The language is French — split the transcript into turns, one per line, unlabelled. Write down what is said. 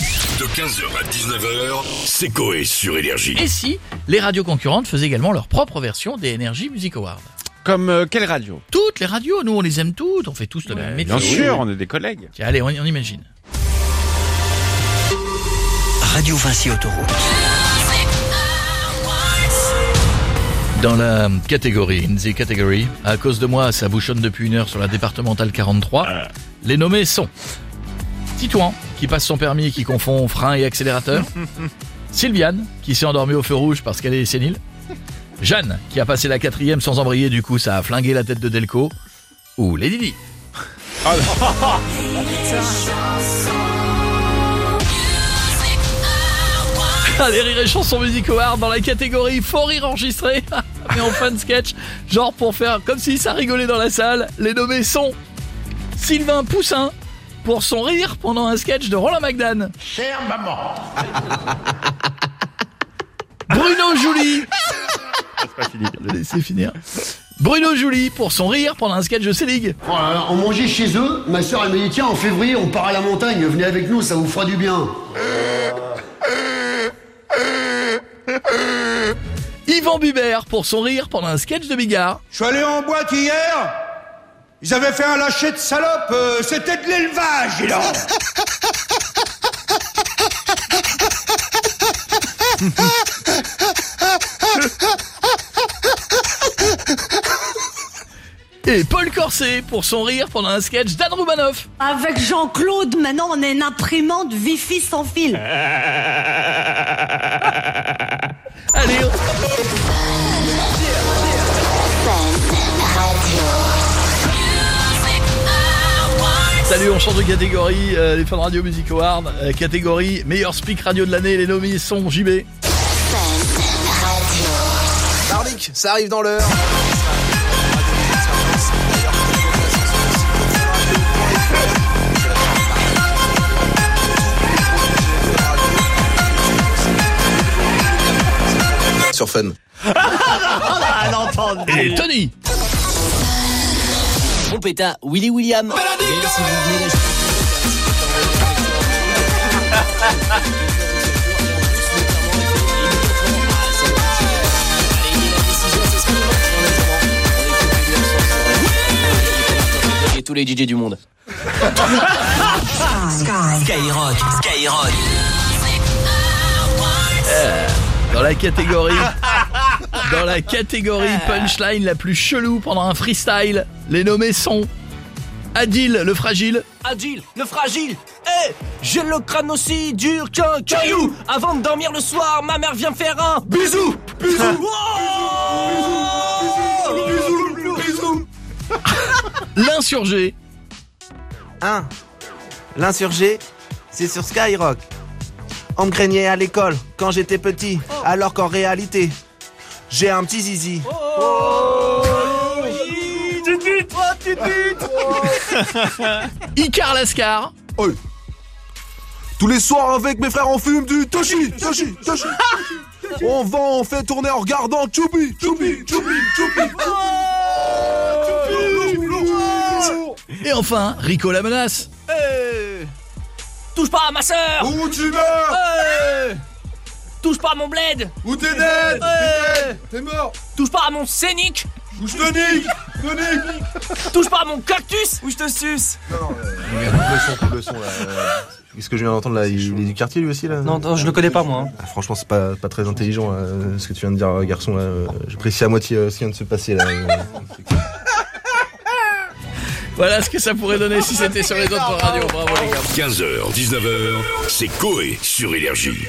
De 15h à 19h, c'est Coé sur Énergie.
Et si les radios concurrentes faisaient également leur propre version des Energy Music Awards
Comme euh, quelle radio
Toutes les radios, nous on les aime toutes, on fait tous le même métier.
Bien sûr, on est des collègues.
Tiens, allez, on, on imagine.
Radio Vinci Autoroute.
Dans la catégorie, in the category, à cause de moi, ça bouchonne depuis une heure sur la départementale 43, les nommés sont Titouan, qui passe son permis et qui confond frein et accélérateur, Sylviane, qui s'est endormie au feu rouge parce qu'elle est sénile, Jeanne, qui a passé la quatrième sans embrayer, du coup ça a flingué la tête de Delco, ou Lady Di. Allez, rire Ah, et chansons musicaux hard dans la catégorie faux rire enregistré, mais en fin de sketch, genre pour faire comme si ça rigolait dans la salle, les nommés sont Sylvain Poussin pour son rire pendant un sketch de Roland McDan. Chère maman. Bruno Julie. Laissez finir. hein. Bruno Julie pour son rire pendant un sketch de Selig.
Oh là là, on mangeait chez eux, ma soeur elle me dit tiens en février on part à la montagne, venez avec nous, ça vous fera du bien.
Yvan Bubert pour son rire pendant un sketch de Bigard.
Je suis allé en boîte hier. Ils avaient fait un lâcher de salope. euh, C'était de l'élevage, dis donc.
Et Paul Corset pour son rire pendant un sketch d'Anne Roumanoff.
Avec Jean-Claude, maintenant on est une imprimante Wi-Fi sans fil.
Allez, on- Salut, on change de catégorie, euh, les fans radio Music Awards, euh, catégorie meilleur speak radio de l'année, les nommés sont JB.
Barbic, ça arrive dans l'heure. Sur Fun.
Et Tony
Bon pétard, Willy William. D'ailleurs, si vous venez d'acheter- Et tous les DJ du monde. Skyrock, Skyrock.
dans la catégorie. Dans la catégorie punchline la plus chelou pendant un freestyle, les nommés sont Adil le fragile,
Agile, le fragile. Eh, j'ai le crâne aussi dur qu'un caillou. Avant de dormir le soir, ma mère vient me faire un bisou. Bisou. Bisou. Bisou. Bisou.
l'insurgé
1. L'insurgé, c'est sur Skyrock. On me craignait à l'école quand j'étais petit,
Oh.
alors qu'en réalité, j'ai un petit zizi.
Oh,
Icar Lascar,
Tous les soirs avec mes frères on fume du Toshi, Toshi, Toshi. on vend, on fait tourner en regardant Choupi, Choupi, Choupi, Choupi.
et enfin Rico la menace.
Touche pas à ma sœur.
Où tu meurs
Touche pas à mon bled.
Où t'es dead T'es mort
Touche pas à mon scénic.
Où je te nique Je te nique
Touche pas à mon cactus ou je te suce
euh, le son, là. Qu'est-ce que je viens d'entendre là Il est du quartier lui aussi là
Non, non, je le connais pas moi. hein.
Ah, franchement, c'est pas, pas très intelligent euh, ce que tu viens de dire, euh, garçon. là, euh, J'apprécie à moitié euh, ce qui vient de se passer là.
Voilà ce que ça pourrait donner si c'était sur les autres radios. Bravo les gars.
15h, 19h, c'est Coé sur Énergie.